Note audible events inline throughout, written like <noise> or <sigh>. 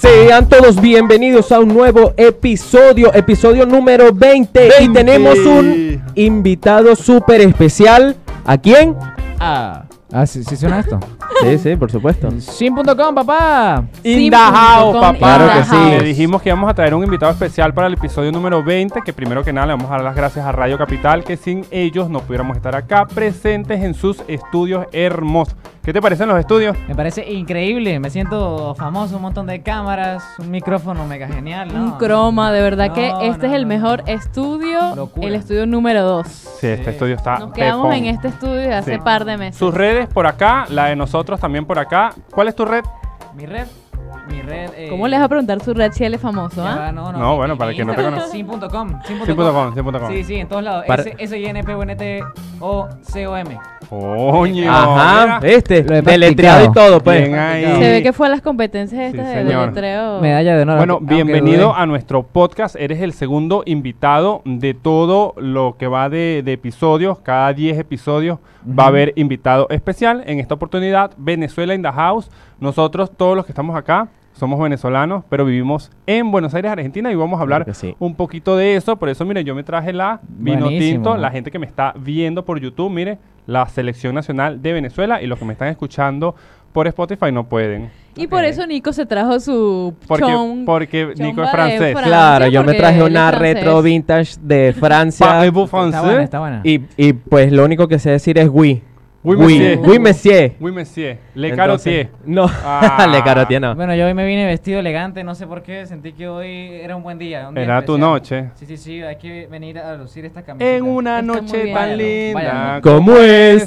Sean todos bienvenidos a un nuevo episodio, episodio número 20. Y 20. tenemos un invitado súper especial. ¿A quién? Ah, ah sí, sí suena esto. Sí, sí, por supuesto. Sim.com, papá. In the house, Sim.com, papá. Claro que sí. Le dijimos que íbamos a traer un invitado especial para el episodio número 20, que primero que nada le vamos a dar las gracias a Radio Capital, que sin ellos no pudiéramos estar acá presentes en sus estudios hermosos. ¿Qué te parecen los estudios? Me parece increíble, me siento famoso, un montón de cámaras, un micrófono mega genial, ¿no? Un croma, de verdad que No, este no, es el no. mejor estudio, Locura. el estudio número 2. Sí, este estudio está Nos quedamos pepón. en este estudio de hace Sí. par de meses. Sus redes por acá, la de nosotros también por acá. ¿Cuál es tu red? Mi red, mi red. eh, ¿Cómo les va a preguntar su red si él es famoso? ya ah? va, No, No, bueno, para que no te conozca. Sim.com, Sim.com, sim.com. Sí, sí, en todos lados. Para- S-I-N-P-U-N-T-O-C-O-M. Coño. Ajá, mira. este, Lo he deletreado y practicado. todo, pues. Bien ah. ahí. Se ve que fue a las competencias Sí, estas de señor. deletreo. Medalla de honor. Bueno, aunque bienvenido dudé. a nuestro podcast. Eres el segundo invitado de todo lo que va de, de episodios. Cada 10 episodios va a haber invitado especial. En esta oportunidad, Venezuela in the House. Nosotros, todos los que estamos acá, somos venezolanos, pero vivimos en Buenos Aires, Argentina, y vamos a hablar Claro que sí. un poquito de eso. Por eso, mire, yo me traje la vino Buenísimo. tinto. La gente que me está viendo por YouTube, mire, la Selección Nacional de Venezuela y los que me están escuchando por Spotify no pueden. Y por eso Nico se trajo su Porque, chon. porque chon Nico es Baré, francés. Fran- Claro, Francia, yo me porque traje él una es francés. retro vintage de Francia. Parlez-vous Está buena, français? está buena. Y, y, pues lo único que sé decir es oui. Oui, monsieur. Oui, monsieur. Oui, monsieur. Le Entonces- carotier. No, Ah. <laughs> le carotier no. Bueno, yo hoy me vine vestido elegante, no sé por qué, sentí que hoy era un buen día. un día Era tu especial. noche. Sí, sí, sí, hay que venir a lucir esta camiseta. En una Está muy noche bien. tan Váyalo, linda. váyalo. ¿Cómo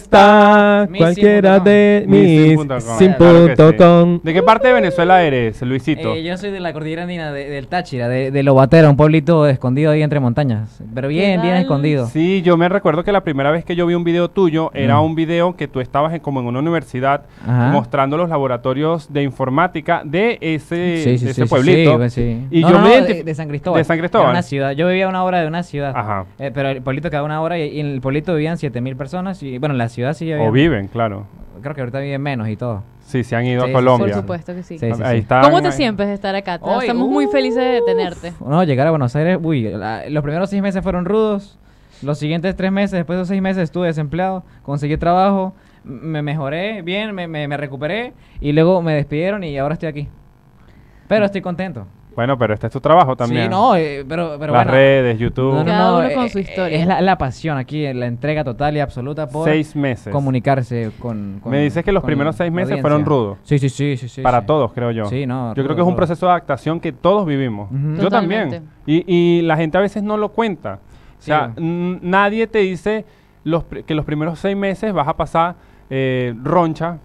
está Miss cualquiera Sim punto com. de mis Miss Sim punto com. sin Claro que punto sí. com? ¿De qué parte de Venezuela eres, Luisito? Eh, yo soy de la cordillera andina, de- del Táchira, de, de Lobatera, un pueblito escondido ahí entre montañas. Pero bien, bien tal? escondido. Sí, yo me recuerdo que la primera vez que yo vi un video tuyo era un video que tú estabas en- como en una universidad Ajá. mostrando los laboratorios de informática de ese, Sí, sí, de sí, ese sí, pueblito. sí, pues, sí. Y No, yo no, me no, identif- de, de San Cristóbal. de San Cristóbal. Era una ciudad. Yo vivía a una hora de una ciudad. Ajá. Eh, pero el pueblito cada una hora y, y en el pueblito vivían 7000 personas y bueno, en la ciudad sí O había. viven, claro. Creo que ahorita viven menos y todo. Sí, se han ido Sí, sí, a Colombia. Ah, Por supuesto que sí. Sí, sí, Ahí sí. están, ¿Cómo ahí- te sientes de estar acá? Hoy, Estamos muy uf. felices de tenerte. No, llegar a Buenos Aires, uy, la- los primeros seis meses fueron rudos. Los siguientes tres meses, después de esos seis meses, estuve desempleado, conseguí trabajo, m- me mejoré bien, me, me- me recuperé y luego me despidieron y ahora estoy aquí. Pero estoy contento. Bueno, pero este es tu trabajo también. Sí, no, eh, pero, pero Las bueno. redes, YouTube. No, no, Cada no, uno con eh, su eh, historia. Es la, la pasión aquí, eh, la entrega total y absoluta por Seis meses. comunicarse con, con- Me dices que los con primeros la seis meses audiencia. fueron rudos. Sí, sí, sí, sí, sí, para sí. todos, creo yo. Sí, no, Yo creo rudo, que es un rudo. proceso de adaptación que todos vivimos. Ujú. Yo también. Totalmente. Y, y la gente a veces no lo cuenta. O Sí, sea, va. n- nadie te dice los pr- que los primeros seis meses vas a pasar eh, roncha,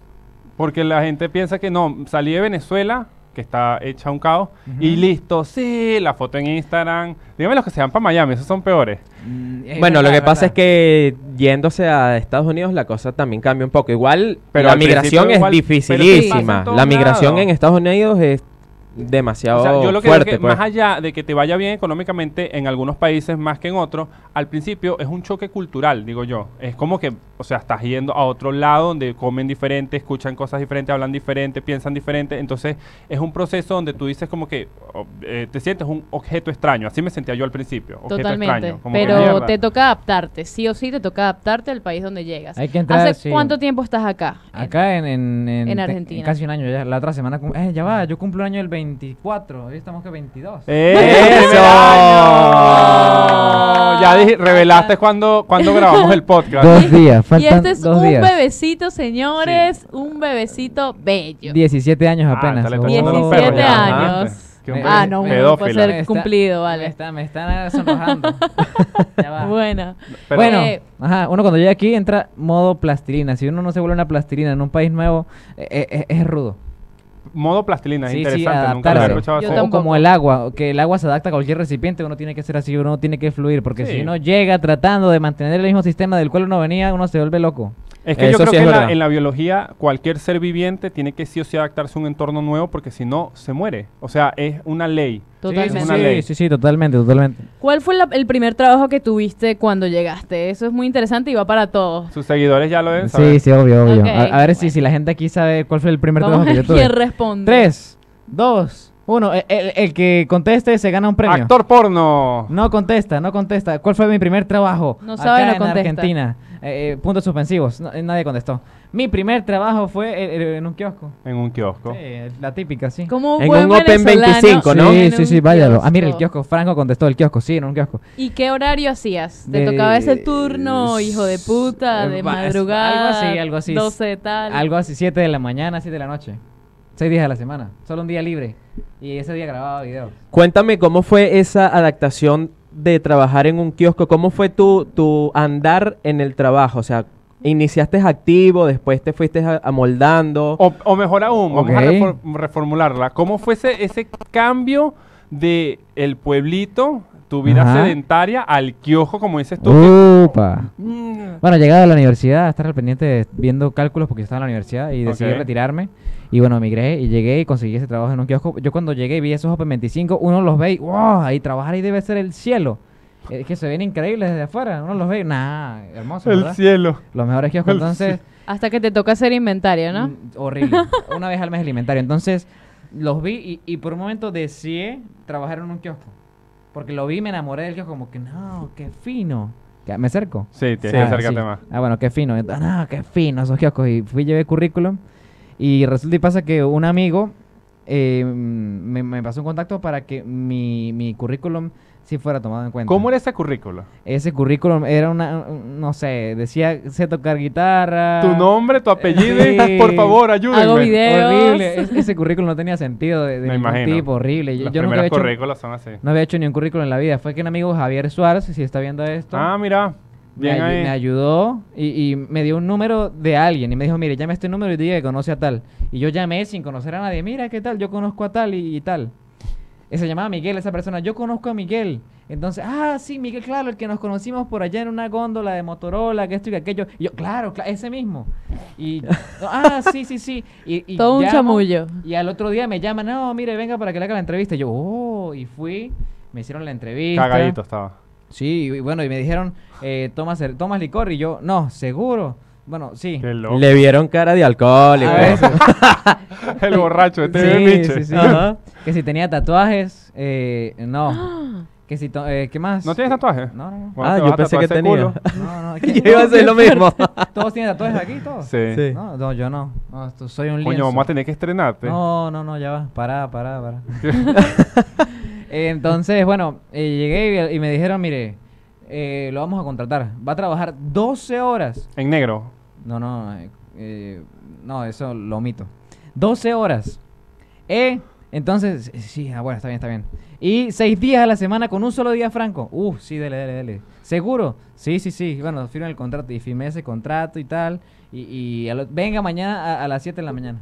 porque la gente piensa que no, salí de Venezuela, que está hecha un caos, y listo, sí, la foto en Instagram. Dígame los que se van para Miami, esos son peores. Mm, es Bueno, lo verdad, que es pasa es verdad. que yéndose a Estados Unidos la cosa también cambia un poco. Igual Pero la al migración principio es igual- pero sí pasa en dificilísima. todos La migración lados. en Estados Unidos es demasiado O sea, yo lo que fuerte. creo que pues. más allá de que te vaya bien económicamente en algunos países más que en otros, al principio es un choque cultural, digo yo. Es como que, o sea, estás yendo a otro lado donde comen diferente, escuchan cosas diferentes, hablan diferente, piensan diferente. Entonces, es un proceso donde tú dices como que oh, eh, te sientes un objeto extraño. Así me sentía yo al principio. Objeto Totalmente. extraño. como que, Pero mierda. te toca adaptarte. Sí o sí, te toca adaptarte al país donde llegas. Hay que entrar, ¿Hace sí. cuánto tiempo estás acá? Acá en, en, En te- Argentina. casi un año ya. La otra semana. cum- Eh, ya va, yo cumplo año el 24. Hoy estamos que 22. ¡Eh, ¡Eso! primer año! Ya dije- revelaste cuando, cuando grabamos el <laughs> podcast. Dos días, y faltan este es dos un días. bebecito, señores. Un bebecito bello. 17 años apenas. Oh. Ah, está le está echando los 17 perros ya. Ah, años. qué hombre Ah, no, bueno, no puede pedófila. ser cumplido, vale. Me está- me <laughs> están sonrojando. Ya va. Bueno. Pero- bueno, Eh, ajá, uno cuando llega aquí entra modo plastilina. Si uno no se vuelve una plastilina en un país nuevo, eh, eh, eh, es rudo. Modo plastilina, es Sí, sí, interesante, nunca lo adaptarse. había escuchado Yo así. O tampoco. como el agua, que el agua se adapta a cualquier recipiente, uno tiene que ser así, uno tiene que fluir, porque Sí. si uno llega tratando de mantener el mismo sistema del cual uno venía, uno se vuelve loco. Es que Eso yo sí creo que es en la, verdad. en la biología cualquier ser viviente tiene que sí o sí adaptarse a un entorno nuevo porque si no se muere. O sea, es una ley. Totalmente. Es una ley. Sí, sí, sí, totalmente, totalmente. ¿Cuál fue la- el primer trabajo que tuviste cuando llegaste? Eso es muy interesante y va para todos. Sus seguidores ya lo deben Sí, saber. sí, obvio, obvio. Ok, a, a ver si, bueno. <laughs> si la gente aquí sabe cuál fue el primer Vamos trabajo a que yo ver quién tuve. responde. Tres, dos, Uno, el, el- el que conteste se gana un premio. Actor porno. No contesta, no contesta. ¿Cuál fue mi primer trabajo? No sabe, no en contesta. Argentina. Eh, eh, puntos suspensivos. No- eh, nadie contestó. Mi primer trabajo fue eh, eh, en un kiosco. En un kiosco. Sí, la típica, sí. Como En buen un Open venezolano, 25, ¿no? en Sí, un sí, sí, váyalo. Ah, mira, el kiosco. kiosco. Franco contestó el kiosco. Sí, en un kiosco. ¿Y qué horario hacías? ¿Te De- tocaba ese turno, hijo de puta, de Eh, Va, es- madrugada? algo así, algo así. 12 de tal. Algo así, 7 de la mañana, 7 de la noche. 6 días a la semana. Solo un día libre. Y ese día grababa videos. Cuéntame cómo fue esa adaptación de trabajar en un kiosco, cómo fue tu, tu andar en el trabajo, o sea, iniciaste activo, después te fuiste a- amoldando. O, o mejor aún, vamos a Ok. refor- reformularla. ¿Cómo fuese ese cambio de el pueblito, tu vida Ajá. sedentaria, al kiosco, como dices tú? ¡Upa! Mm, Bueno, llegada a la universidad, estar al pendiente de- viendo cálculos porque yo estaba en la universidad y decidí Ok. retirarme. Y bueno, migré y llegué y conseguí ese trabajo en un kiosco. Yo cuando llegué y vi esos Open 25, uno los ve y ¡wow! Ahí trabajar ahí debe ser el cielo. Es que se ven increíbles desde afuera, uno los ve y nah, hermoso, el Uh, ¿verdad? cielo. Los mejores kioscos, El entonces, Hasta que te toca hacer inventario, ¿no? Mm, Horrible. una vez al mes el inventario. Entonces, los vi y, y por un momento deseé trabajar en un kiosco. Porque lo vi y me enamoré del kiosco. Como que, no, qué fino. Que- Me acerco. Sí, tienes que Ah, acércate sí. más. Ah, bueno, qué fino. Ent- Ah, no, qué fino esos kioscos. Y fui, llevé currículum. Y resulta y pasa que un amigo eh, me, me pasó un contacto para que mi, mi currículum sí fuera tomado en cuenta. ¿Cómo era ese currículo? Ese currículum era una, no sé, decía, sé tocar guitarra. Tu nombre, tu apellido, Ah, sí. <laughs> por favor, ayúdenme. Hago video. Deos. Horrible. Es- ese currículum no tenía sentido de, de Me ningún imagino. tipo, horrible. Yo, Los yo nunca primeros había hecho, currículos son así. no había hecho ni un currículum en la vida. Fue que un amigo Javier Suárez, si está viendo esto, Ah, mira. me, Bien ayu- ahí. me ayudó y, y me dio un número de alguien. Y me dijo, mire, llame a este número y diga que conoce a tal. Y yo llamé sin conocer a nadie. Mira, ¿qué tal? Yo conozco a tal y, y tal. Eh, Se llamaba Miguel, esa persona. Yo conozco a Miguel. Entonces, ah, sí, Miguel, claro, el que nos conocimos por allá en una góndola de Motorola, que esto y que aquello. Y yo, claro, cla- ese mismo. Y, ah, sí, sí, sí. Y, y Todo un llamo, chamullo. y al otro día me llaman, no, mire, venga para que le haga la entrevista. Y yo, oh, y fui, me hicieron la entrevista. Cagadito estaba. Sí, y bueno, y me dijeron, eh, tomas, el- tomas licor. Y yo, no, seguro. Bueno, sí. Qué loco. <laughs> Le vieron cara de alcohólico. A <laughs> Ah, veces. El borracho, este Sí, es Miche. sí, sí. Ajá. Que si tenía tatuajes, eh, no. Que si, to- eh, ¿qué más? ¿No tienes tatuaje? No, no, no. Bueno, Ah, te vas yo a pensé tatuar que ese tenía. culo. <laughs> No, <laughs> no, Yo ¿qué- iba a hacer <laughs> lo mismo. ¿Todos tienen <laughs> tatuajes aquí, todos? Sí. Sí. No, no, yo no. No, esto- soy un Coño, lienzo. vamos a tener que estrenarte. No, no, no, ya va. Pará, pará, pará. Eh, Entonces, bueno, eh, llegué y, y me dijeron, mire, eh, lo vamos a contratar. Va a trabajar 12 horas. <laughs> En negro. No, no, eh, eh, no, eso lo omito. 12 horas. Eh, entonces, sí, ah, bueno, está bien, está bien. Y 6 días a la semana con un solo día franco. Uh, sí, dele, dele, dele. ¿Seguro? Sí, sí, sí. Bueno, firmé el contrato y firmé ese contrato y tal. Y, y al o- venga mañana a, a las 7 de la mañana.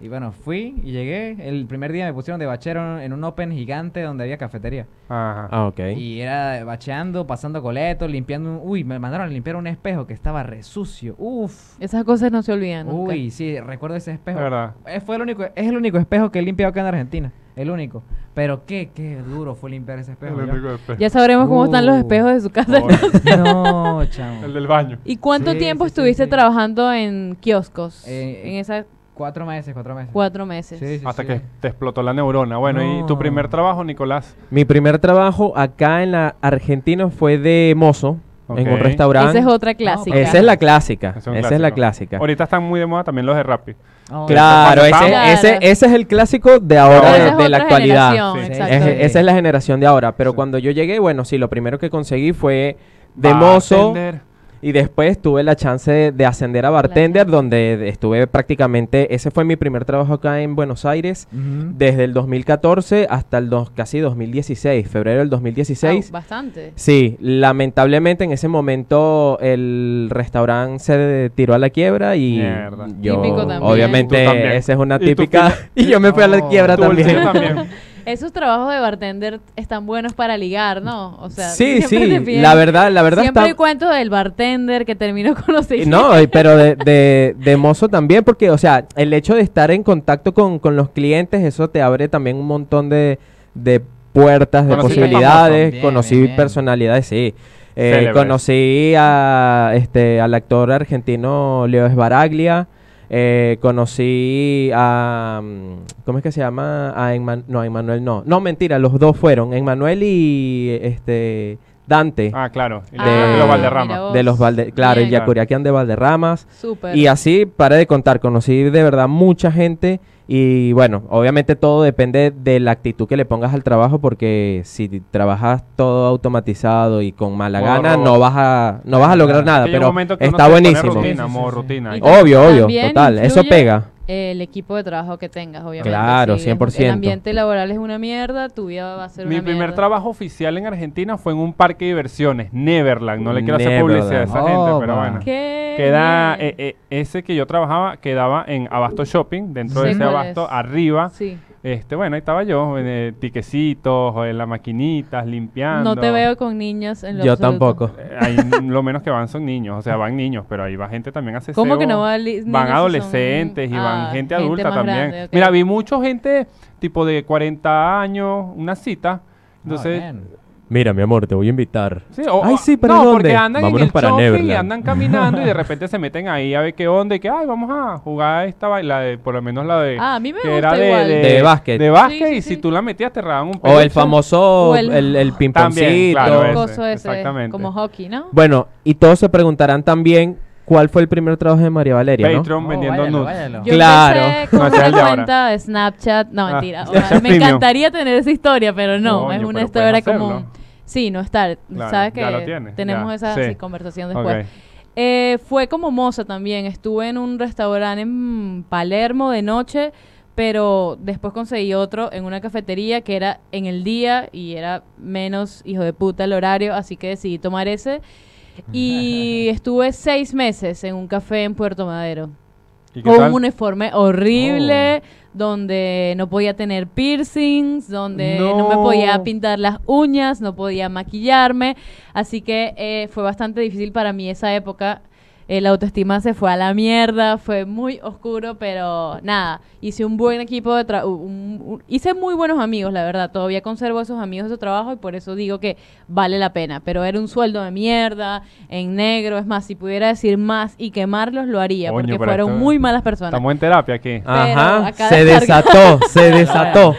Y bueno, fui y llegué. El primer día me pusieron de bachero en un open gigante donde había cafetería. Ajá. Ah, ok. Y era bacheando, pasando coletos, limpiando. un- Uy, me mandaron a limpiar un espejo que estaba re sucio. Uf. <gasps> Esas cosas no se olvidan. nunca. Uy, sí, recuerdo ese Es espejo. verdad. Eh, Fue el único, es el único espejo que he limpiado acá en Argentina. El único. Pero qué, qué duro fue limpiar ese espejo. El yo. único espejo. <laughs> Ya sabremos cómo están los Uh. espejos de su casa. Pobre. <laughs> No, chamo. El del baño. <laughs> ¿Y cuánto Sí, tiempo sí, sí, estuviste sí. trabajando en kioscos? Eh, en esas Cuatro meses, cuatro meses. cuatro meses. Sí, sí, Hasta sí. que te explotó la neurona. Bueno, ¿y tu No. primer trabajo, Nicolás? Mi primer trabajo acá en la Argentina fue de mozo en Ok. un Esa restaurante. es otra clásica. Esa es la clásica. Ese Ah, Esa un es la clásico. clásica. Ahorita están muy de moda también los de Rappi. Oh, Claro, ese, Claro. Ese, ese es el clásico de Pero ahora, esa de, es de la otra actualidad. generación, Sí. exacto. Es- Exacto. esa es la generación de ahora. Pero Sí. cuando yo llegué, bueno, sí, lo primero que conseguí fue de mozo. Bartender. Y después tuve la chance de, de ascender a bartender, donde de- estuve prácticamente, ese fue mi primer trabajo acá en Buenos Aires, Ujú. desde el 2014 hasta el dos- casi 2016, febrero del 2016. Ah, bastante. Sí, lamentablemente en ese momento el restaurante se tiró a la quiebra y Mierda. yo Típico también. obviamente Y tú también. esa es una Y tú típica <laughs> y, yo me fui a la No. quiebra Tu bolsillo también. también. Esos trabajos de bartender están buenos para ligar, ¿no? O sea, sí, siempre te sí, piden- la verdad, la verdad siempre está hay cuentos del bartender que terminó <laughs> con los Y seis. No, y- pero de, de- de mozo también, porque, o sea, el hecho de estar en contacto con, con los clientes, eso te abre también un montón de, de puertas, de Conociste posibilidades. famosos. Bien, conocí bien, bien. personalidades, sí. Eh, Célebres. conocí a, este, al actor argentino Leo Esbaraglia. Eh, conocí a. mm, ¿Cómo es que se llama? A Emman- no, a Emmanuel no. No, mentira, los dos fueron. Emmanuel y este Dante. Ah, claro. De- y la gente de los Valderrama. mira vos. de los Valde Claro, y Bien. Yacuriaquian de Valderramas. Súper. Y así, para de contar, conocí de verdad mucha gente y bueno, obviamente todo depende de la actitud que le pongas al trabajo porque si trabajas todo automatizado y con mala Modo gana robot. no vas a no vas a lograr nada, Que llega un pero momento que uno está se pone buenísimo. Rutina, Sí, sí, modo sí, sí. rutina. Y- Obvio, obvio, También total, eso influye pega. El equipo de trabajo que tengas, obviamente. Claro, sí, es- 100%. El ambiente laboral es una mierda, tu vida va a ser Mi una primer mierda. trabajo oficial en Argentina fue en un parque de diversiones, Neverland. No le quiero hacer Neverland. publicidad a esa Oh, gente, pero va. bueno. ¿Qué? Queda, bien. eh, eh, ese que yo trabajaba quedaba en Abasto Shopping, dentro de Sé ese cuál abasto, es. arriba. Sí. Este, bueno, ahí estaba yo, en eh, tiquecitos, o en las maquinitas, limpiando. No te veo con niños en lo Yo absoluto. tampoco. Eh, Ahí lo menos que van son niños, o sea, van niños, pero ahí va gente también a CCO, ¿Cómo que no va li- niños Van si son- adolescentes y Ah, van gente adulta más también. grande, ok. Mira, vi mucho gente tipo de 40 años, una cita. Ah, Entonces, Mira, mi amor, te voy a invitar. Sí, o- Ay, o- sí, pero no, ¿dónde? porque andan en Vámonos el para shopping y Neverland. andan caminando y <laughs> de repente se meten ahí a ver qué onda y que, ay, vamos a jugar esta baila, de, por lo menos la de... Ah, a mí me que gusta era de, igual. De básquet. De básquet Sí, sí, y sí. si tú la metías te regaban un O el peluche. famoso O el, el- el También, pimponcito. claro, Coso ese, ese, exactamente. Como hockey, ¿no? Bueno, y todos se preguntarán también cuál fue el primer trabajo de María Valeria, ¿no? Patreon vendiendo nudes. Yo Claro. empecé con No, ese es una el de ahora. cuenta de Snapchat. No, Ah, <laughs> mentira. Snapchat o sea, me Premium. encantaría tener esa historia, pero no. Coño, es una pero historia puedes común. hacerlo. Sí, no estar. Claro, Sabes que ya lo tienes, tenemos ya, esa sí. sí, conversación Ok. después. Eh, fue como moza también. Estuve en un restaurante en Palermo de noche, pero después conseguí otro en una cafetería que era en el día y era menos hijo de puta el horario, así que decidí tomar ese. <laughs> Y estuve seis meses en un café en Puerto Madero. ¿Y qué Con tal? un uniforme horrible, donde no podía tener piercings, donde no. me No. podía pintar las uñas, no podía maquillarme. Así que eh, fue bastante difícil para mí esa época. Eh, La autoestima se fue a la mierda, fue muy oscuro, pero nada, hice un buen equipo de trabajo, hice muy buenos amigos, la verdad, todavía conservo esos amigos de trabajo y por eso digo que vale la pena, pero era un sueldo de mierda, en negro, es más, si pudiera decir más y quemarlos, lo haría, Coño, porque pero fueron esto- muy malas personas. Estamos en terapia aquí. Ajá, acá se descarga- desató, se desató.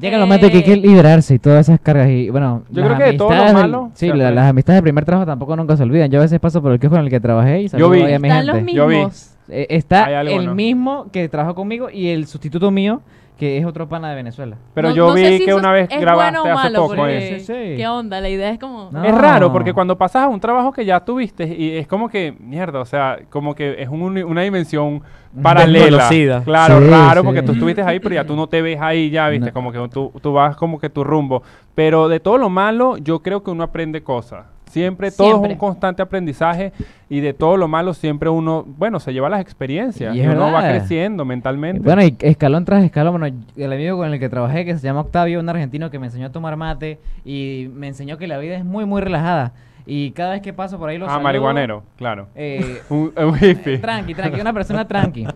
Llega lo mato que hay que liberarse y todas esas cargas. Y bueno, Yo las creo que de todo lo amistades del- malo pues. se Sí, la- aprende. las amistades del primer trabajo tampoco nunca se olvidan. Yo a veces paso por el kiosco en el que trabajé y saludo vi. ahí a mi Están los gente. Yo vi. mismos. Eh, está Hay algo, el ¿no? mismo que trabajó conmigo y el sustituto mío, que es otro pana de Venezuela. Pero No- yo no sé vi si que eso una vez es grabaste bueno o hace malo, poco porque- eso. Sí, sí. ¿Qué onda? La idea es como... No. Es raro porque No. cuando pasas a un trabajo que ya tuviste y es como que, mierda, o sea, como que es un uni- una dimensión paralela. Desconocida. Claro, Sí, raro sí. porque tú estuviste ahí, pero ya tú no te ves ahí, ya, viste, No. como que tú, tú vas como que tu rumbo. Pero de todo lo malo, yo creo que uno aprende cosas. Siempre todo es Siempre. un constante aprendizaje y de todo lo malo siempre uno, bueno, se lleva las experiencias Y y, es uno va verdad. creciendo mentalmente. Bueno, y escalón tras escalón, bueno, el amigo con el que trabajé, que se llama Octavio, un argentino que me enseñó a tomar mate y me enseñó que la vida es muy, muy relajada. Y cada vez que paso por ahí los ah, marihuanero, claro. Eh, <laughs> Un, un hippie. tranqui, tranqui, una persona tranqui.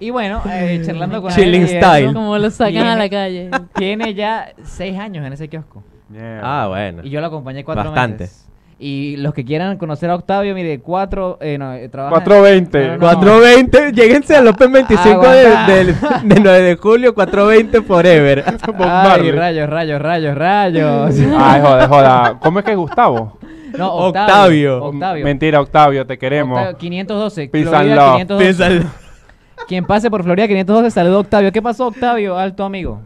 Y bueno, eh, <laughs> charlando con Chilling él, y eso, style. Como lo sacan a la Tiene- calle. Tiene ya seis años en ese kiosco. Mierda. Ah, bueno. Y yo lo acompañé cuatro Bastante. meses. Y los que quieran conocer a Octavio, mire, cuatro, eh, no, eh, trabaja... 420. No, no, no. 420, lléguense al Open 25 de, Aguanta. del- de 9 de julio, 420 Forever. Ay, rayos, rayos, <laughs> rayos, rayos. Ay, joda, joda. ¿Cómo es que es Gustavo? No, Octavio. Octavio. Octavio. Mentira, Octavio, te queremos. Octavio, 512. Peace Florida, and love. 512. Quien pase por Florida 512, saludo Octavio. ¿Qué pasó, Octavio? Alto amigo.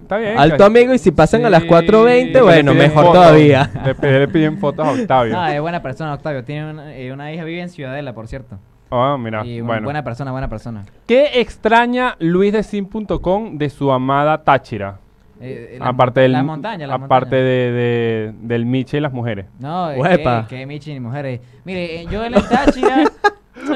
Está bien. Alto amigo, y si pasan a las 420, Sí, bueno, le piden mejor fotos. todavía. Le, pe- le piden fotos a Octavio. Ah, es buena persona, Octavio. Tiene una, eh, una hija, vive en Ciudadela, por cierto. Ah, mira, y bueno. buena persona, buena persona. ¿Qué extraña Luis de Sin.com de su amada Táchira? Eh, eh, la- Aparte del, La montaña, la aparte montaña. de- de- del Miche y las mujeres. No, eh, Uepa. que, que Michi y mujeres. Mire, eh, yo en la <laughs> Táchira,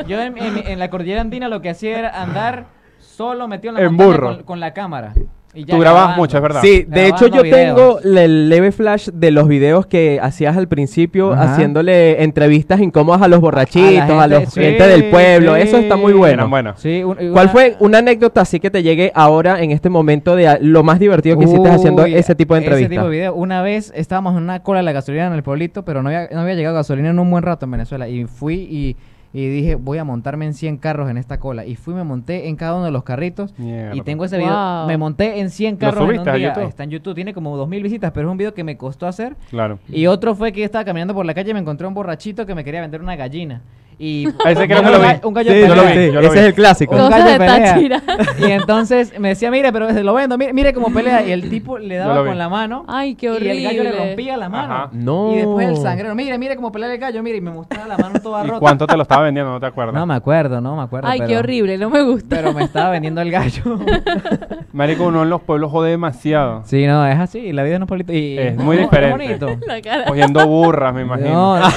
yo en, en- en la cordillera andina lo que hacía era andar solo metido en la En montaña burro. Con, con la cámara. Y ya Tú grababas grabando. mucho, es verdad. Sí, de hecho yo Grabando tengo videos. el leve flash de los videos que hacías al principio Ajá. haciéndole entrevistas incómodas a los borrachitos, a, gente, los sí, gente del pueblo. Eso está muy bueno. Eran buenos. Sí, un- ¿Cuál una- fue una anécdota así que te llegue ahora en este momento de ah, lo más divertido que hiciste haciendo Uy, ese tipo de ese tipo entrevistas? de video. Una vez estábamos en una cola de la gasolina en el pueblito, pero no había, no había llegado gasolina en un buen rato en Venezuela. Y fui y y dije, voy a montarme en 100 carros en esta cola. Y fui, me monté en cada uno de los carritos Mierda. y tengo ese video. Wow. Me monté en 100 carros en subiste un a día. YouTube? Está en YouTube, tiene como 2000 visitas, pero es un video que me costó hacer. Claro. Y otro fue que yo estaba caminando por la calle y me encontré un borrachito que me quería vender una gallina. <laughs> Y Ah, Ese creo un que lo vi. ga- un gallo Sí, de yo lo pelea. vi, yo lo Ese vi. es el clásico. Un gallo Cosas de pelea. Táchira. <laughs> Y entonces me decía, mire, pero se lo vendo, mire, mire cómo pelea. Y el tipo le Yo lo daba vi. con la mano. Ay, qué Y horrible. el gallo le rompía la mano. Ajá. No. Y después el sangrero, mire, mire cómo pelea el gallo, mire, y me mostraba la mano toda <laughs> ¿Y rota. cuánto te lo estaba vendiendo? No te acuerdas. No me acuerdo, no me acuerdo. Ay, qué pero- horrible, no me gusta. Pero me estaba vendiendo el gallo. Marico, uno en los pueblos jode demasiado. sí, no, es así, la vida no es política. y- Es muy no, diferente. <laughs> bonito. La cara. Cogiendo burras, me imagino. No, <laughs> eso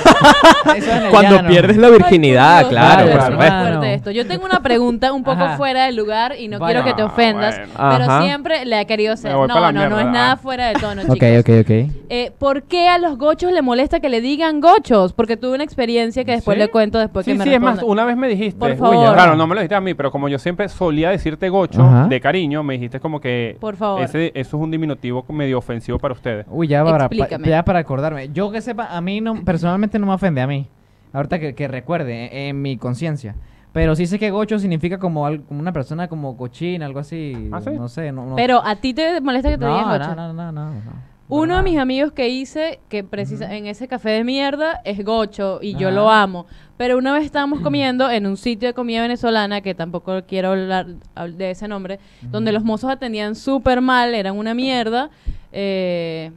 es en el Cuando llano. pierdes la virginidad, Ay, por Dios. claro, Claro, por claro. supuesto. Claro. Fuerte esto. Yo tengo una pregunta un poco Ajá. fuera del lugar y no Vaya. quiero que te Ah, ofendas, bueno. pero Ajá. siempre le he querido hacer. Me voy No, pa' la no, no es mierda. nada Ah. fuera de tono, chicos. Ok, ok, ok. Eh, ¿Por qué a los gochos le molesta que le digan gochos? Porque tuve una experiencia que después ¿Sí? le cuento después Sí, que me sí, es más, respondan. una vez me dijiste. Por favor. Claro, no me lo dijiste a mí, pero como yo siempre solía decirte gocho, Ajá. de cariño, me dijiste como que. Por favor. ese- eso es un diminutivo medio ofensivo para ustedes. Uy, ya para, pa- Explícame. ya para acordarme. Yo que sepa, a mí no, personalmente no me ofende a mí. Ahorita que, que recuerde, eh, en mi conciencia. Pero sí sé que gocho significa como, al- como una persona como cochina, algo así. ¿Ah, sí? No sé, no, no- Pero a ti te molesta que te digan no, gocho. no, no, no, no, no. Uno Para de mis nada. amigos que hice, que precisa en ese café de mierda, es gocho y yo Ajá. lo amo. Pero una vez estábamos comiendo en un sitio de comida venezolana, que tampoco quiero hablar hab- de ese nombre, donde los mozos atendían súper mal, eran una mierda. Eh,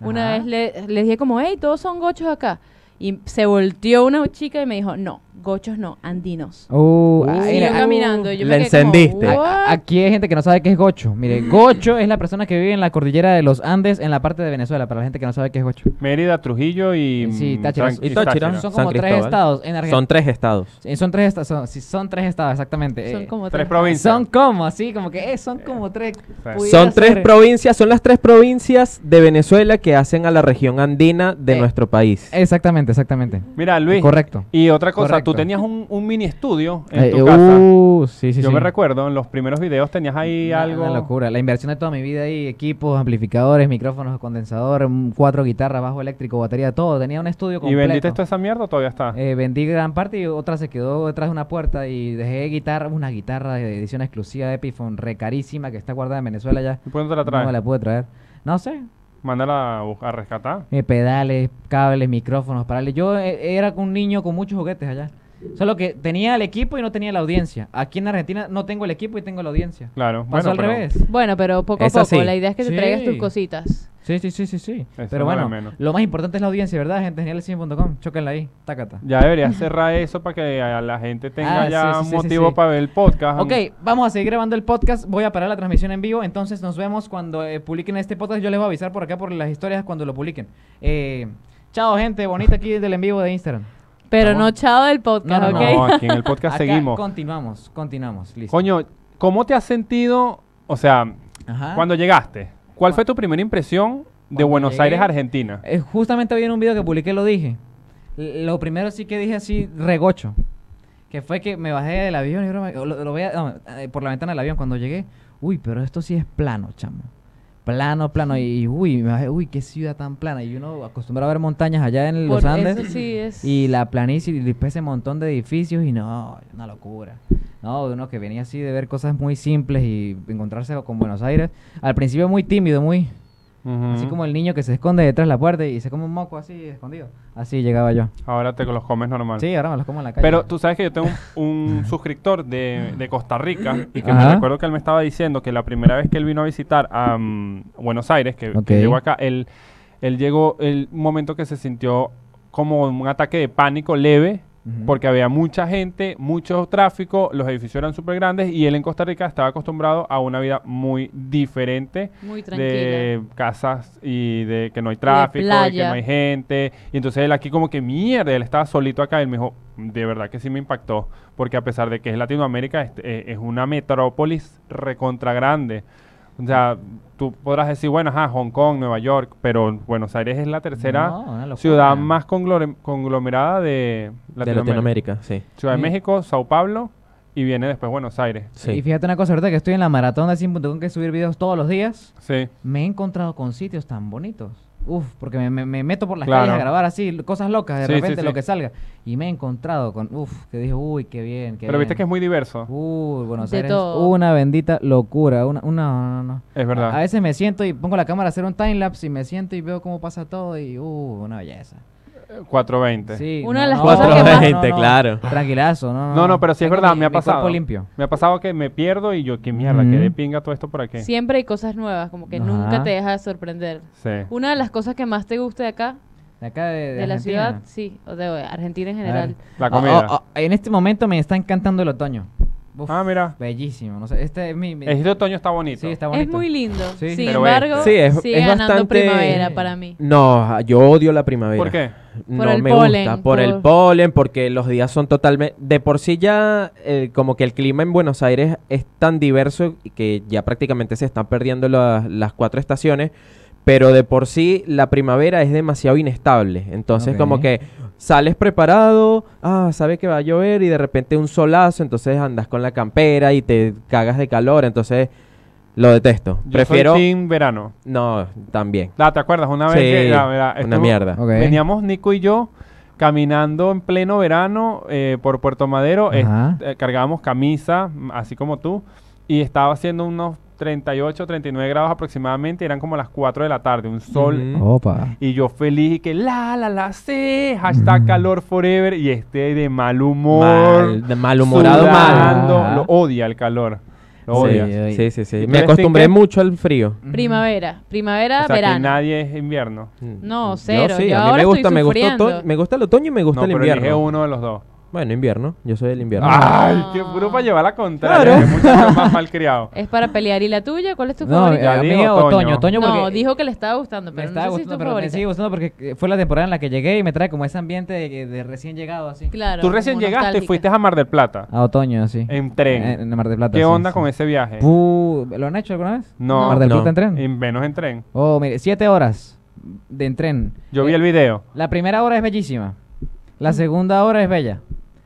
una Ajá. vez le- les dije como, hey, todos son gochos acá. Y se volteó una chica y me dijo, no, gochos no, andinos. Uh, Uh, ah, Siguió mira, yo ah, caminando. Yo me la quedé como, encendiste. "What?". a- aquí hay gente que no sabe qué es gocho. <laughs> Mire, gocho es la persona que vive en la cordillera de los Andes, en la parte de Venezuela, para la gente que no sabe qué es gocho. Mérida, Trujillo y. Sí, mm, Táchira. Tran- Y Táchira. San Son como tres Cristóbal. estados en Argentina. Son tres estados. Son, tres estados, son, sí, son tres estados, exactamente. Son Eh, como Tres tres. provincias. Son como, así, como que eh, son como tres. pudiera Son tres ser- provincias, son las tres provincias de Venezuela que hacen a la región andina de Eh, nuestro país. Exactamente, exactamente. Mira, Luis. Correcto. Y otra cosa, Correcto. tú tenías un, un mini estudio en Eh, tu casa. uh, sí, sí, yo sí. me recuerdo, en los primeros videos tenías ahí Una- algo. Una locura. La inversión de toda mi vida ahí, equipos, amplificadores, micrófonos, condensador, mm, cuatro guitarras, bajo eléctrico, batería, todo. Tenía un estudio ¿Y completo. vendiste toda esa mierda o todavía está? Eh, vendí gran parte y otra se quedó detrás de una puerta y dejé guitarra, una guitarra de edición exclusiva de Epiphone, re carísima, que está guardada en Venezuela ya. ¿Y por qué no te la traes? No me la pude traer. No sé, Mándala a, bus- a rescatar. eh, pedales, cables, micrófonos, parales. Yo eh, era un niño con muchos juguetes allá. Solo que tenía el equipo y no tenía la audiencia. Aquí en Argentina no tengo el equipo y tengo la audiencia. Claro. Pasó bueno, al pero revés. Bueno, pero poco a Es poco. así. La idea es que te Sí. traigas tus cositas. Sí, sí, sí, sí, sí. Eso Pero no vale bueno, menos. lo más importante es la audiencia, ¿verdad? Gente genial100.com. Chóquenla ahí. Tácata. Ya deberías cerrar eso para que a la gente tenga Ah, ya sí, sí, un sí, sí, motivo sí. para ver el podcast. Ok, vamos a seguir grabando el podcast. Voy a parar la transmisión en vivo. Entonces nos vemos cuando eh, publiquen este podcast. Yo les voy a avisar por acá por las historias cuando lo publiquen. Eh, chao, gente. Bonita aquí del en vivo de Instagram. Pero Vamos. no chao del podcast, No, ¿ok? no, No, aquí en el podcast <laughs> Acá seguimos. Continuamos, continuamos. Listo. Coño, ¿cómo te has sentido? O sea, Ajá. cuando llegaste, ¿cuál fue tu primera impresión de Ah. Cuando Buenos llegué- Aires, Argentina? Eh, justamente hoy en un video que publiqué lo dije. L- Lo primero sí que dije así, regocho. Que fue que me bajé del avión y broma, lo, lo veía no, eh, por la ventana del avión cuando llegué. Uy, pero esto sí es plano, chamo. Plano, plano. Y uy, me bajé, uy, qué ciudad tan plana. Y uno acostumbrado a ver montañas allá en los Por- Andes. eso sí es- Y la planicie y después ese montón de edificios y no, una locura. No, uno que venía así de ver cosas muy simples y encontrarse con Buenos Aires. Al principio muy tímido, muy... Ujú. Así como el niño que se esconde detrás de la puerta y se come un moco así escondido. Así llegaba yo. Ahora te los comes normal. Sí, ahora me los como en la calle. Pero tú sabes que yo tengo un, <laughs> un suscriptor de, de Costa Rica y que me Ajá. recuerdo que él me estaba diciendo que la primera vez que él vino a visitar a mm, Buenos Aires, que, que Ok. llegó acá, él, él llegó el momento que se sintió como un ataque de pánico leve. Ujú. Porque había mucha gente, mucho tráfico, los edificios eran súper grandes y él en Costa Rica estaba acostumbrado a una vida muy diferente Muy tranquila. de casas y de que no hay tráfico, de que playa. no hay gente. Y entonces él aquí como que mierda, él estaba solito acá. Él me dijo, de verdad que sí me impactó, porque a pesar de que es Latinoamérica, este, eh, es, una metrópolis recontra grande. O sea, tú podrás decir, bueno, ajá, Hong Kong, Nueva York, pero Buenos Aires es la tercera No, una locura. ciudad más conglore- conglomerada de de Latinoamérica. Latinoamérica, sí. Ciudad de Sí. México, Sao Paulo y viene después Buenos Aires. sí. Y fíjate una cosa, ahorita que estoy en la maratón de 100.com que es subir videos todos los días, Sí. me he encontrado con sitios tan bonitos. Uf, porque me, me- me meto por las Claro. calles a grabar así, l- cosas locas, de Sí, sí, repente lo sí. que salga. Y me he encontrado con, uf, que dije, uy, qué bien, qué Pero viste que es bien". muy diverso. Uy, Buenos De Aires, todo. una bendita locura, una, una, no, no, no. Es verdad. A, a veces me siento y pongo la cámara a hacer un time lapse y me siento y veo cómo pasa todo y, uh, una belleza. 420. Uh. Sí, Una de las cosas que más- Gente, claro. Tranquilazo, no, no. No, no, pero sí es Tengo verdad, mi- me ha mi cuerpo pasado. limpio. Mm. Me ha pasado que me pierdo y yo, qué mierda, Ujú. qué de pinga todo esto por aquí. Sí. Siempre hay cosas nuevas, como que Ajá. nunca te deja de sorprender. Una de las cosas que más te gusta de acá, De acá de, de de, la Argentina. ciudad, sí, o de Argentina en A general. ver. La Ah, comida. ah, ah, en este momento me está encantando el otoño. Uf, Ah, mira. Bellísimo. No sé, este es mi... mi- Este otoño está bonito. sí, está Es bonito. muy lindo. Sí, Sin pero es- embargo, Sí, es- sigue es ganando bastante- primavera para mí. No, yo odio la primavera. ¿Por qué? No el me polen, gusta. Por el por- polen, porque los días son totalmente. De por sí ya, eh, como que el clima en Buenos Aires es tan diverso que ya prácticamente se están perdiendo la- las cuatro estaciones. Pero de por sí la primavera es demasiado inestable. Entonces, Ok. como que sales preparado, ah, sabes que va a llover y de repente un solazo, entonces andas con la campera y te cagas de calor. Entonces, lo detesto. Yo Prefiero. soy team verano. No, también. Ah, ¿te acuerdas? Una vez Sí, que... ya, mira, esto una es- mierda. Ok. Veníamos Nico y yo caminando en pleno verano eh, por Puerto Madero. es- Ajá. eh, cargábamos camisa, mm, así como tú, y estaba haciendo unos 38, 39 grados aproximadamente. Eran como las 4 de la tarde, un sol Ujú. Opa. Y yo feliz y que la, la, la, sí, Mm. hashtag calor forever. Y este de mal humor. Mal, de malhumorado mal. sudando, Ajá. Lo odia el calor. Lo Sí, odia. oye. Sí, sí, sí. ¿Y tú Me eres acostumbré team qué? mucho al frío. Primavera, primavera, O sea, que Ah, verano. nadie es invierno. No, Yo cero. sí, Yo a mí ahora me estoy gusta, me gusta, sufriendo. otoño- me gusta el otoño y me gusta No, el pero elige Ah, invierno. uno de los dos. Bueno, invierno. Yo soy del invierno. Ay, No. qué puro para llevar la contraria. Claro. que mucho más- más malcriado. Es para pelear. ¿Y la tuya? ¿Cuál es tu No, favorita? Ya a mí dijo otoño. otoño. Otoño, porque... No, dijo que le estaba gustando, Me pero estaba no sé si es gustando, tu pero me favorita. sigue gustando porque eh, fue la temporada en la que llegué y me trae como ese ambiente de, de recién llegado, <laughs> así. Claro. Tú recién como llegaste y nostálgica. fuiste a Mar del Plata. A otoño, así. En tren. Eh, En Mar del Plata. ¿Qué sí, onda sí. con ese viaje? Pu- ¿Lo han hecho alguna vez? No. Mar del No. Plata en tren. En- menos en tren. Oh, mire, siete horas de en tren. Yo Eh, vi el video. La primera hora es bellísima. La segunda hora es bella.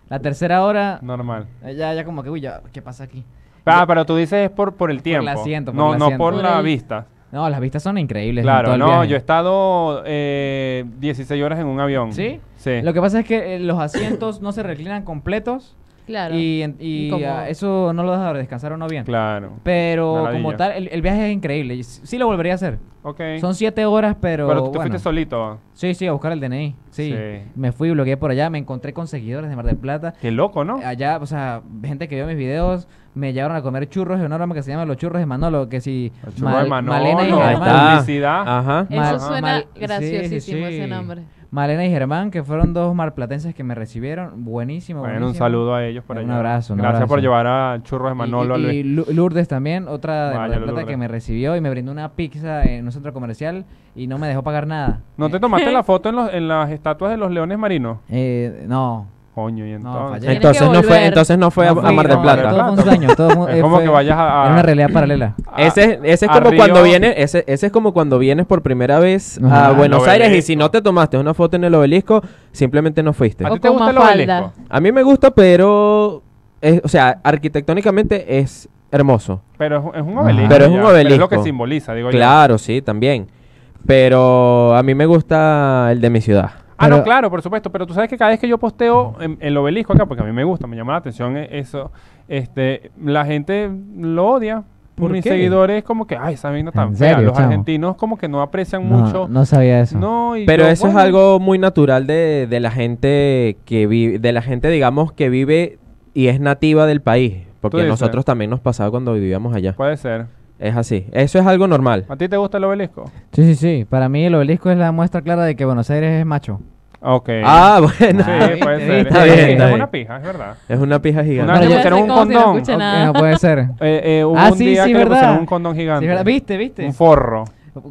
La tercera hora, Normal. eh, ya, ya como que, uy, ya, ¿qué pasa aquí? Ah, pero tú dices es por, por el tiempo. asiento, por no, el no asiento. por Por la el- vista. No, las vistas son increíbles. en todo Claro, el no, viaje. yo he estado eh, 16 horas en un avión. ¿Sí? Sí. Lo que pasa es que eh, los asientos no se reclinan completos Claro. y, en- y, Incómodo. ah, eso no lo deja descansar uno bien. Claro. Pero Maravilla. como tal, el, el viaje es increíble. y Sí sí lo volvería a hacer. Ok. Son siete horas, pero. pero tú te bueno. fuiste solito. Sí, sí, a buscar el DNI. Sí. Sí. Me fui, bloqueé por allá, me encontré con seguidores de Mar del Plata. Qué loco, ¿no? Allá, o sea, gente que vio mis videos, me llevaron a comer churros en una broma que se llama Los Churros de Manolo, que si... El churro de Manolo, Malena y no, Ahí Germán. está. Publicidad. Ajá. Eso Mal- suena mal- sí, sí, graciosísimo sí. ese nombre. Malena y Germán, que fueron dos marplatenses que me recibieron. Buenísimo, Bueno, buenísimo. un saludo a ellos por Un allá. abrazo, un Gracias abrazo. por llevar a Churros de Manolo. y, y- al- y Lu- Lourdes también, otra de Mar Vaya, del Plata que Lourdes. me recibió y me brindó una pizza en un centro comercial y no me dejó pagar nada. ¿No te tomaste <laughs> la foto en, los- en las estatuas de los leones marinos? Eh, no. Coño, y No, entonces. fallé. Entonces no, volver. fue, entonces no fue No a- a fui, Mar del no, Plata. Todo fue un sueño. todo <laughs> fue- Es eh, como fue- que vayas a- a- Era una realidad paralela. Ah, Ese, ese es a como Río- cuando vienes, ese, ese es como cuando vienes por primera vez Ajá. a Buenos Al Aires y obelisco. si no te tomaste una foto en el obelisco, simplemente no fuiste. ¿A O ti te con gusta el Mafalda. obelisco? A mí me gusta, pero es- o sea, arquitectónicamente es hermoso. Pero es, es un obelisco. Pero es un ya. es lo que obelisco. simboliza, digo yo. Claro, sí, también. Pero a mí me gusta el de mi ciudad. Ah, no, Pero- claro, por supuesto. Pero tú sabes que cada vez que yo posteo en- el obelisco acá, porque a mí me gusta, me llama la atención e- eso, este, la gente lo odia. ¿Por Mis qué? seguidores como que, ay, esa vaina tan ¿En fea. serio, Los chamo? argentinos como que no aprecian No, mucho. no sabía eso. No, y Pero yo, eso bueno, es algo muy natural de, de la gente que vive, de la gente, digamos, que vive y es nativa del país. Porque dices? a nosotros también nos pasaba cuando vivíamos allá. Puede ser. Es así. Eso es algo normal. ¿A ti te gusta el obelisco? Sí, sí, sí. Para mí el obelisco es la muestra clara de que Buenos Aires es macho. Ok. Ah, <laughs> bueno. sí, Ah, viste, puede ser. viste, Es- viste. es Está bien. una pija, es verdad. Es una pija Una vez gigante. le Yo pusieron sé un cómo si no condón. escucha Ok, nada. <laughs> no puede ser. Eh, eh, hubo Ah, un sí, día sí, que le pusieron verdad. un condón Sí, gigante. ¿verdad? ¿Viste, viste? Un forro.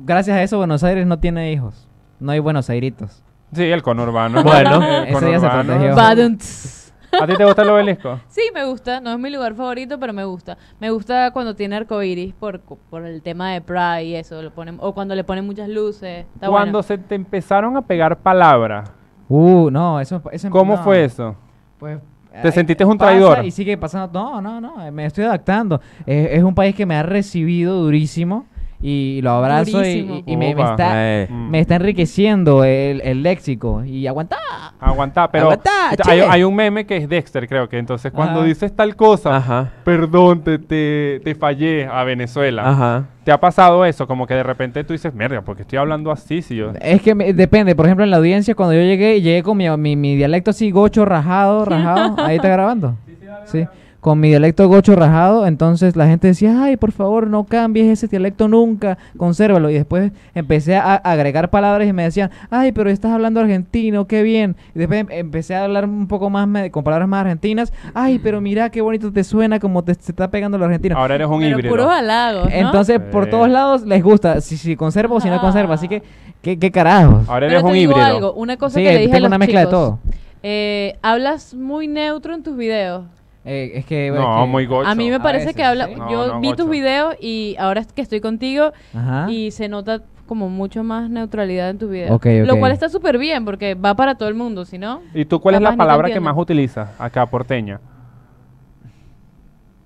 Gracias a eso Buenos Aires no tiene hijos. No hay Buenos Airitos. Sí, el conurbano. Bueno. El Ese día se conurbano. protegió. Badum, tss. ¿A ti te gusta el obelisco? Sí, me gusta. No es mi lugar favorito, pero me gusta. Me gusta cuando tiene arcoiris por, por el tema de Pride y eso. Lo ponen, o cuando le ponen muchas luces. Está Cuando bueno. se te empezaron a pegar palabras, Uh, no, eso... eso ¿cómo no. fue eso? Pues, ¿Te eh, sentiste un pasa traidor? Y sigue pasando. No, no, no. eh, Me estoy adaptando. Eh, es un país que me ha recibido durísimo. y lo abrazo y- Durísimo. y, y me, me Upa. está, Eh, Mm. me está enriqueciendo el, el léxico. Y aguanta. Aguantá, pero Aguantá, hay, che. hay un meme que es Dexter, creo que. Entonces, cuando Ajá. dices tal cosa, Ajá. perdón, te, te, te fallé a Venezuela. Ajá. ¿Te ha pasado eso? Como que de repente tú dices, mierda, porque estoy hablando así, si yo... Es que me- depende, por ejemplo, en la audiencia, cuando yo llegué, llegué con mi, mi, mi dialecto así gocho rajado, rajado. Ahí está grabando. Sí. Con mi dialecto gocho rajado, entonces la gente decía, ay, por favor, no cambies ese dialecto nunca, consérvalo. Y después empecé a agregar palabras y me decían, ay, pero estás hablando argentino, qué bien. Y después em- empecé a hablar un poco más me- con palabras más argentinas, ay, pero mira qué bonito te suena, como te, se está pegando lo argentino. Ahora eres un Pero híbrido. puros halagos, ¿no? Entonces, por Sí. todos lados les gusta, si, si conserva o si no conserva. Así que, ¿qué, qué carajos? Ahora Pero eres te un digo híbrido. algo, una cosa Sí, eh, que le dije a tengo los una mezcla de chicos. todo. Eh, hablas muy neutro en tus videos. Eh, es que. No, es que- muy gocho. A mí me A parece veces, que habla. ¿sí? No, Yo Ah, no, vi gocho. tus videos y ahora es que estoy contigo Ajá. y se nota como mucho más neutralidad en tus videos. Ok, ok. Lo cual está súper bien porque va para todo el mundo, si no, ¿Y tú cuál es Capaz la ni te palabra que entiendo. más utilizas acá, porteña?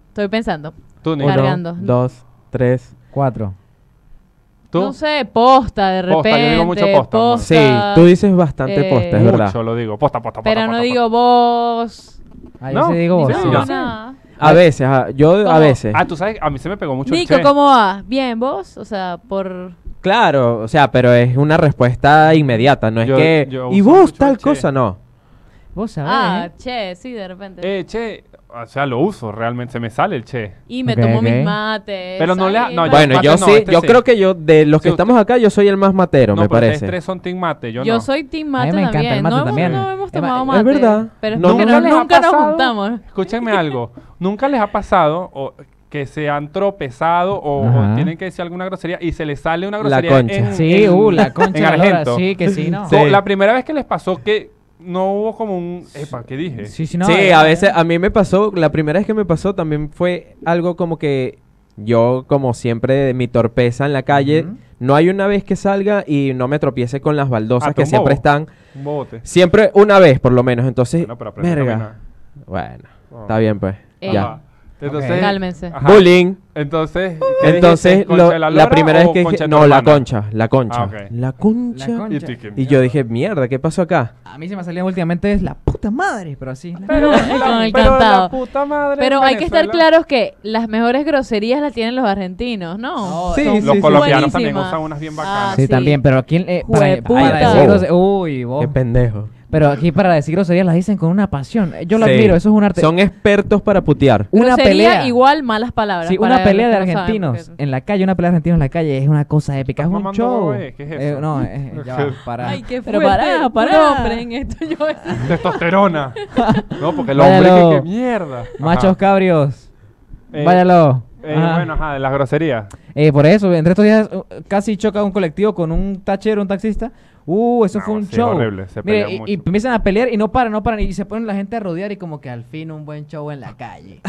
estoy pensando. Tú, Nico. Uno, Cargando. dos, tres. Cuatro. ¿Tú? No sé, posta de repente. Posta, yo digo mucho posta, amor. Sí, tú dices bastante eh, posta, es Mucho verdad. lo digo. Posta, posta, posta. Pero posta, no posta. digo vos. Ahí No, sí digo No, vos. sí, sí. no. nada. A veces, ajá, yo a ¿Cómo? veces. Ah, tú sabes, a mí se me pegó mucho el Nico, che. ¿cómo va? Bien, vos. O sea, por. Claro, o sea, pero es una respuesta inmediata, no es Yo- que... yo y uso vos mucho el tal che. cosa, no. Vos sabés. Ah, ¿eh? che, sí, de repente. Eh, che. O sea, lo uso, realmente se me sale el che. y me ok, tomo ok. mis mates. Pero no le ha- ay, no, ay, yo- Bueno, mate yo no, sí, este yo sí. creo que yo, de los que Sí, usted- estamos acá, yo soy el más matero, no, me pero ustedes parece. tres son team mate, yo, Yo, no. soy team mate me encanta también. el mate no, hemos- también. no hemos Es ma- tomado es mate. verdad. Pero es No, que no no, les ha nunca nos pasado- juntamos. Escúchenme algo. ¿Nunca les ha pasado o que se han tropezado o, o Ajá. tienen que decir alguna grosería y se les sale una La grosería concha. en- Sí, en- uh, la en concha. de la lora, argento? Sí, que sí, no. Sí. Co- La primera vez que les pasó que no hubo como un... Epa, ¿qué dije? Sí, sí, no. sí, eh, a veces, a mí me pasó, la primera vez que me pasó también fue algo como que yo, como siempre, mi torpeza en la calle, Ujú. no hay una vez que salga y no me tropiece con las baldosas Ah, tú que un siempre bobo. están. Un bote. Siempre una vez, por lo menos, entonces... Bueno, pero aprende a verga. caminar. Bueno, Ah. está bien pues. Eh, Ya. Entonces... Ok. Cálmense. Ajá. Bullying. Entonces... ¿qué Entonces, dijiste? ¿Concha lo- de la, lora primera o vez que concha dije, de tu no, la hermana? concha, la concha, Ah, ok. la concha. La Y concha. tú, ¿qué Y mierda? yo dije, mierda, ¿qué pasó acá? A mí se me salía últimamente es la puta madre, pero así. la- Pero, Con el pero la cantado. puta madre Pero en hay que estar Venezuela- claros que las mejores groserías las tienen los argentinos, Oh, ¿no? Sí, Son sí, Los sí. colombianos también buenísimas. usan unas bien Ah, bacanas. Sí, sí. también, pero aquí. eh, para, Jueputa. para Ay, decir bobo. grose- Uy, vos. Qué pendejo. Pero aquí para decir groserías las dicen con una pasión. Eh, Yo lo Sí. admiro, eso es un arte. Son expertos para putear. una Grosería pelea. igual malas palabras. Sí, para una pelea de los que no saben, argentinos porque- en la calle, una pelea de argentinos en la calle es una cosa épica, es ¿Estás un mamando show. huevo, eh? ¿Qué es Eh, eso? no, eh, ya va, para. Ay, qué Pero fuerte. pará, Para, pará. hombre en esto yo. <laughs> Testosterona. no, porque el hombre Váyalo. que, que mierda. Ajá. Machos cabrios, Eh, váyalo. eh, Ajá. bueno, ajá, de las groserías. Eh, por eso, entre estos días uh, casi choca un colectivo con un tachero, un taxista. Uh, eso No, fue un sí, show. horrible, se Mire, pelean y, mucho. y empiezan a pelear y no paran, no paran. Y se ponen la gente a rodear y como que al fin un buen show en la calle.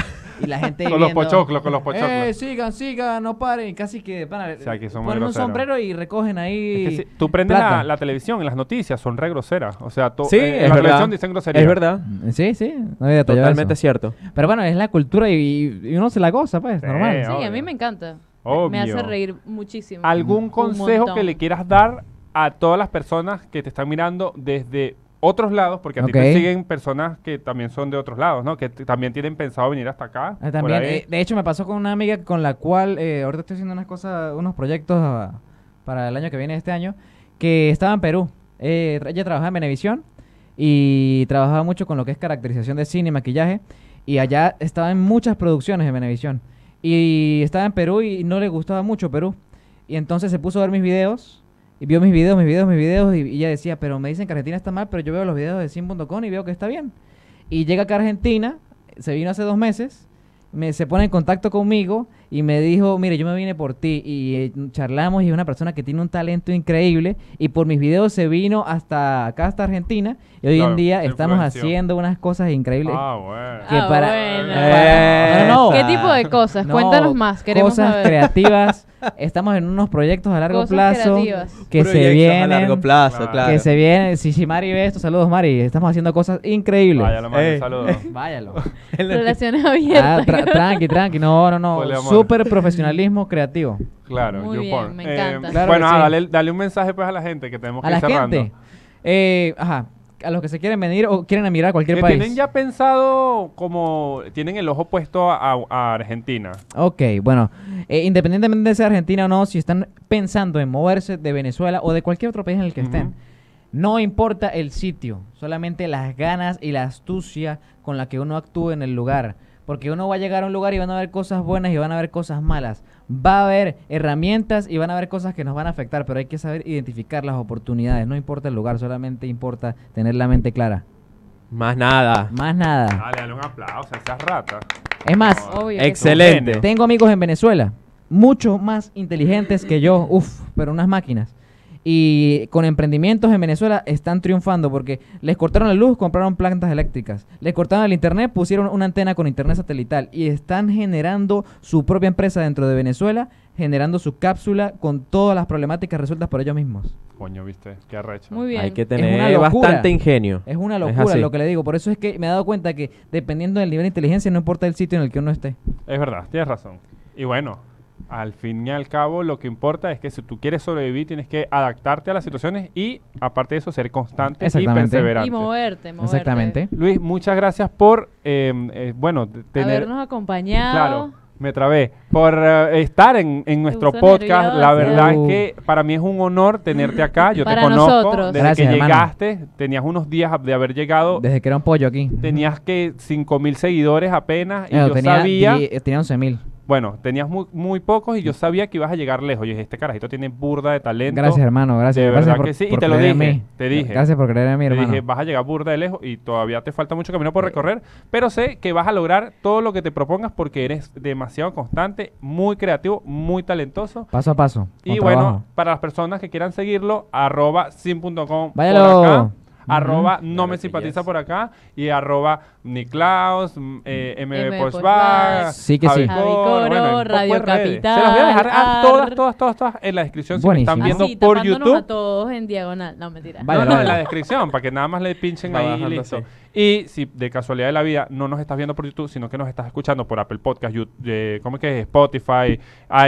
Y la <laughs> gente Con los viendo, pochoclos, con los pochoclos. Eh, sigan, sigan, no paren. Y Casi que van a Sí, aquí son muy ponen un groseros. sombrero y recogen ahí. Es que sí, tú prendes plata. la, la televisión y las noticias son re groseras. O sea, to- Sí, eh, en es la verdad. televisión dicen groserías. Es verdad. Mm, Sí, sí, no había detallado Totalmente eso. cierto. Pero bueno, es la cultura y, y uno se la goza, pues, Sí, normal. Sí, obvio. a mí me encanta. Obvio. Me hace reír muchísimo. ¿Algún Un consejo que montón. le quieras dar a todas las personas que te están mirando desde otros lados? Porque a ti te Ok. siguen personas que también son de otros lados, ¿no? Que t- también tienen pensado venir hasta acá. Ah, por También, ahí. eh, de hecho, me pasó con una amiga con la cual eh, ahorita estoy haciendo unas cosas, unos proyectos ah, para el año que viene, este año, que estaba en Perú. Eh, ella trabajaba en Venevisión y trabajaba mucho con lo que es caracterización de cine y maquillaje. Y allá estaba en muchas producciones en Venevisión. Y estaba en Perú y no le gustaba mucho Perú. Y entonces se puso a ver mis videos. Y vio mis videos, mis videos, mis videos. Y, y ella decía, pero me dicen que Argentina está mal, pero yo veo los videos de Sin.com y veo que está bien. Y llega acá a Argentina, se vino hace dos meses, me, se pone en contacto conmigo y me dijo, mire, yo me vine por ti y eh, charlamos y es una persona que tiene un talento increíble y por mis videos se vino hasta acá, hasta Argentina y hoy Claro, en día se estamos influenció. haciendo unas cosas increíbles. Ah, bueno. que Ah, para, bueno. para- Eh, no, no, ¿Qué tipo de cosas? no, Cuéntanos más, queremos cosas saber. creativas. Estamos en unos proyectos a largo Cosas plazo creativas. que se vienen. a largo plazo, Claro. claro. Que se vienen. Si, si Mari ve esto, saludos Mari. Estamos haciendo cosas increíbles. Vaya, Ah, lo mando, Eh. <laughs> saludos. Váyalo. Relaciones Ah, abiertas. <laughs> tra- tranqui, tranqui. No, no, Poliamor. no. Súper profesionalismo creativo. Claro, Muy bien, YouPorn. me encanta. Claro bueno, que ah, sí. dale, dale un mensaje pues a la gente que tenemos que A ir la cerrando. gente. Eh, ajá. A los que se quieren venir o quieren emigrar a cualquier Que país. tienen ya pensado como tienen el ojo puesto a, a Argentina. Ok, bueno, eh, independientemente de sea Argentina o no, si están pensando en moverse de Venezuela o de cualquier otro país en el que estén, Ujú. no importa el sitio, solamente las ganas y la astucia con la que uno actúe en el lugar. Porque uno va a llegar a un lugar y van a ver cosas buenas y van a ver cosas malas. Va a haber herramientas y van a haber cosas que nos van a afectar, pero hay que saber identificar las oportunidades. No importa el lugar, solamente importa tener la mente clara. <laughs> Más nada. Más nada. Dale, dale un aplauso a esas ratas. Es más, Obvio. que sí. Excelente. Tengo amigos en Venezuela, mucho más inteligentes que yo, uff, pero unas máquinas. Y con emprendimientos en Venezuela están triunfando porque les cortaron la luz, compraron plantas eléctricas. Les cortaron el internet, pusieron una antena con internet satelital. Y están generando su propia empresa dentro de Venezuela, generando su cápsula con todas las problemáticas resueltas por ellos mismos. Coño, viste, qué arrecho. Muy bien. Hay que una tener locura. bastante ingenio. Es una Es locura así. lo que le digo. Por eso es que me he dado cuenta que dependiendo del nivel de inteligencia, no importa el sitio en el que uno esté. Es verdad, tienes razón. Y bueno, al fin y al cabo, lo que importa es que si tú quieres sobrevivir, tienes que adaptarte a las situaciones y, aparte de eso, ser constante y Exactamente. perseverante. Y moverte, moverte. Exactamente. Luis, muchas gracias por, eh, eh, bueno, t- tener... Habernos acompañado. Claro, me trabé. Por eh, estar en, en nuestro puse podcast, la nerviosa. verdad Uh. es que para mí es un honor tenerte acá. Yo te Para conozco nosotros. desde Gracias, que hermano. llegaste, tenías unos días de haber llegado, Desde que era un pollo aquí. tenías que 5 mil seguidores apenas y Bueno, yo tenía, sabía, di- tenía 11.000. bueno, tenías muy, muy pocos y yo sabía que ibas a llegar lejos. Yo dije, este carajito tiene burda de talento. Gracias, hermano. Gracias. De gracias verdad que sí, y te lo creer en dije, mí. te dije. Gracias por creer en mí, Te hermano. dije, vas a llegar burda de lejos y todavía te falta mucho camino por recorrer, pero sé que vas a lograr todo lo que te propongas porque eres demasiado constante, muy creativo, muy talentoso. Paso a paso. con Y bueno, trabajo. para las personas que quieran seguirlo, arroba sin.com por Váyalo. acá. Ujú. Arroba no Claro me que simpatiza yes. por acá y arroba Niklaus, mm, eh, MB MB Porsche Porsche Bar, Sí que sí. Javi Javi Coro, Coro, bueno, en pocas Radio redes. Se las voy a dejar a Capital, todas, Ar. todas, todas, todas en la descripción si me Buenísimo. están Así, viendo por tapándonos YouTube. a todos en diagonal. No, mentira. Vaya, no, no, en vaya. la descripción, para que nada más le pinchen Va ahí y bajando listo. así. Y si de casualidad de la vida no nos estás viendo por YouTube, sino que nos estás escuchando por Apple Podcast, Yout- eh, ¿cómo es que es? Spotify,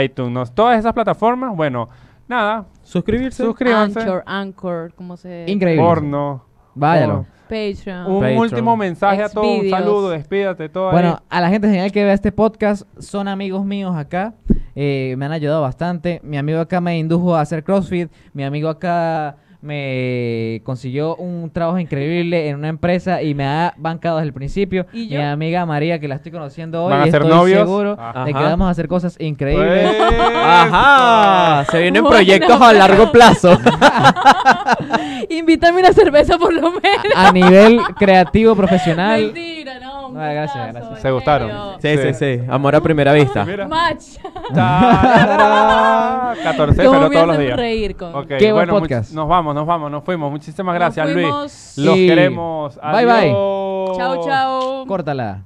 iTunes, no- todas esas plataformas, bueno, nada, Suscribirse. suscríbanse. Anchor, Anchor, como se... Increíble. Porno. Váyalo. porno. Patreon. Un Patreon. último mensaje a todos, un Xvideos. saludo, despídate, todo ahí. Bueno, a la gente genial que vea este podcast, son amigos míos acá, eh, me han ayudado bastante. Mi amigo acá me indujo a hacer CrossFit, mi amigo acá me consiguió un trabajo increíble en una empresa y me ha bancado desde el principio. ¿Y Mi yo? amiga María, que la estoy conociendo hoy, ¿Van a y ser estoy novios? Pues. seguro de que Ajá. vamos a hacer cosas increíbles. Ajá. Se vienen Bueno, proyectos a largo <laughs> plazo. Invítame una cerveza por lo menos. a nivel creativo, profesional. Mentira, no. un No, gracias, gustazo, gracias. en ¿Se gustaron? serio. Sí, sí, sí. Amor a primera vista. Mira. Match. 14 de ¿Cómo febrero me todos los hacen días. reír con- Ok, Qué buen bueno, much- podcast. nos vamos, nos vamos, nos fuimos. Muchísimas gracias, fuimos. Luis. Los Sí. queremos. Bye, bye. Adiós. Chao, chao. Córtala.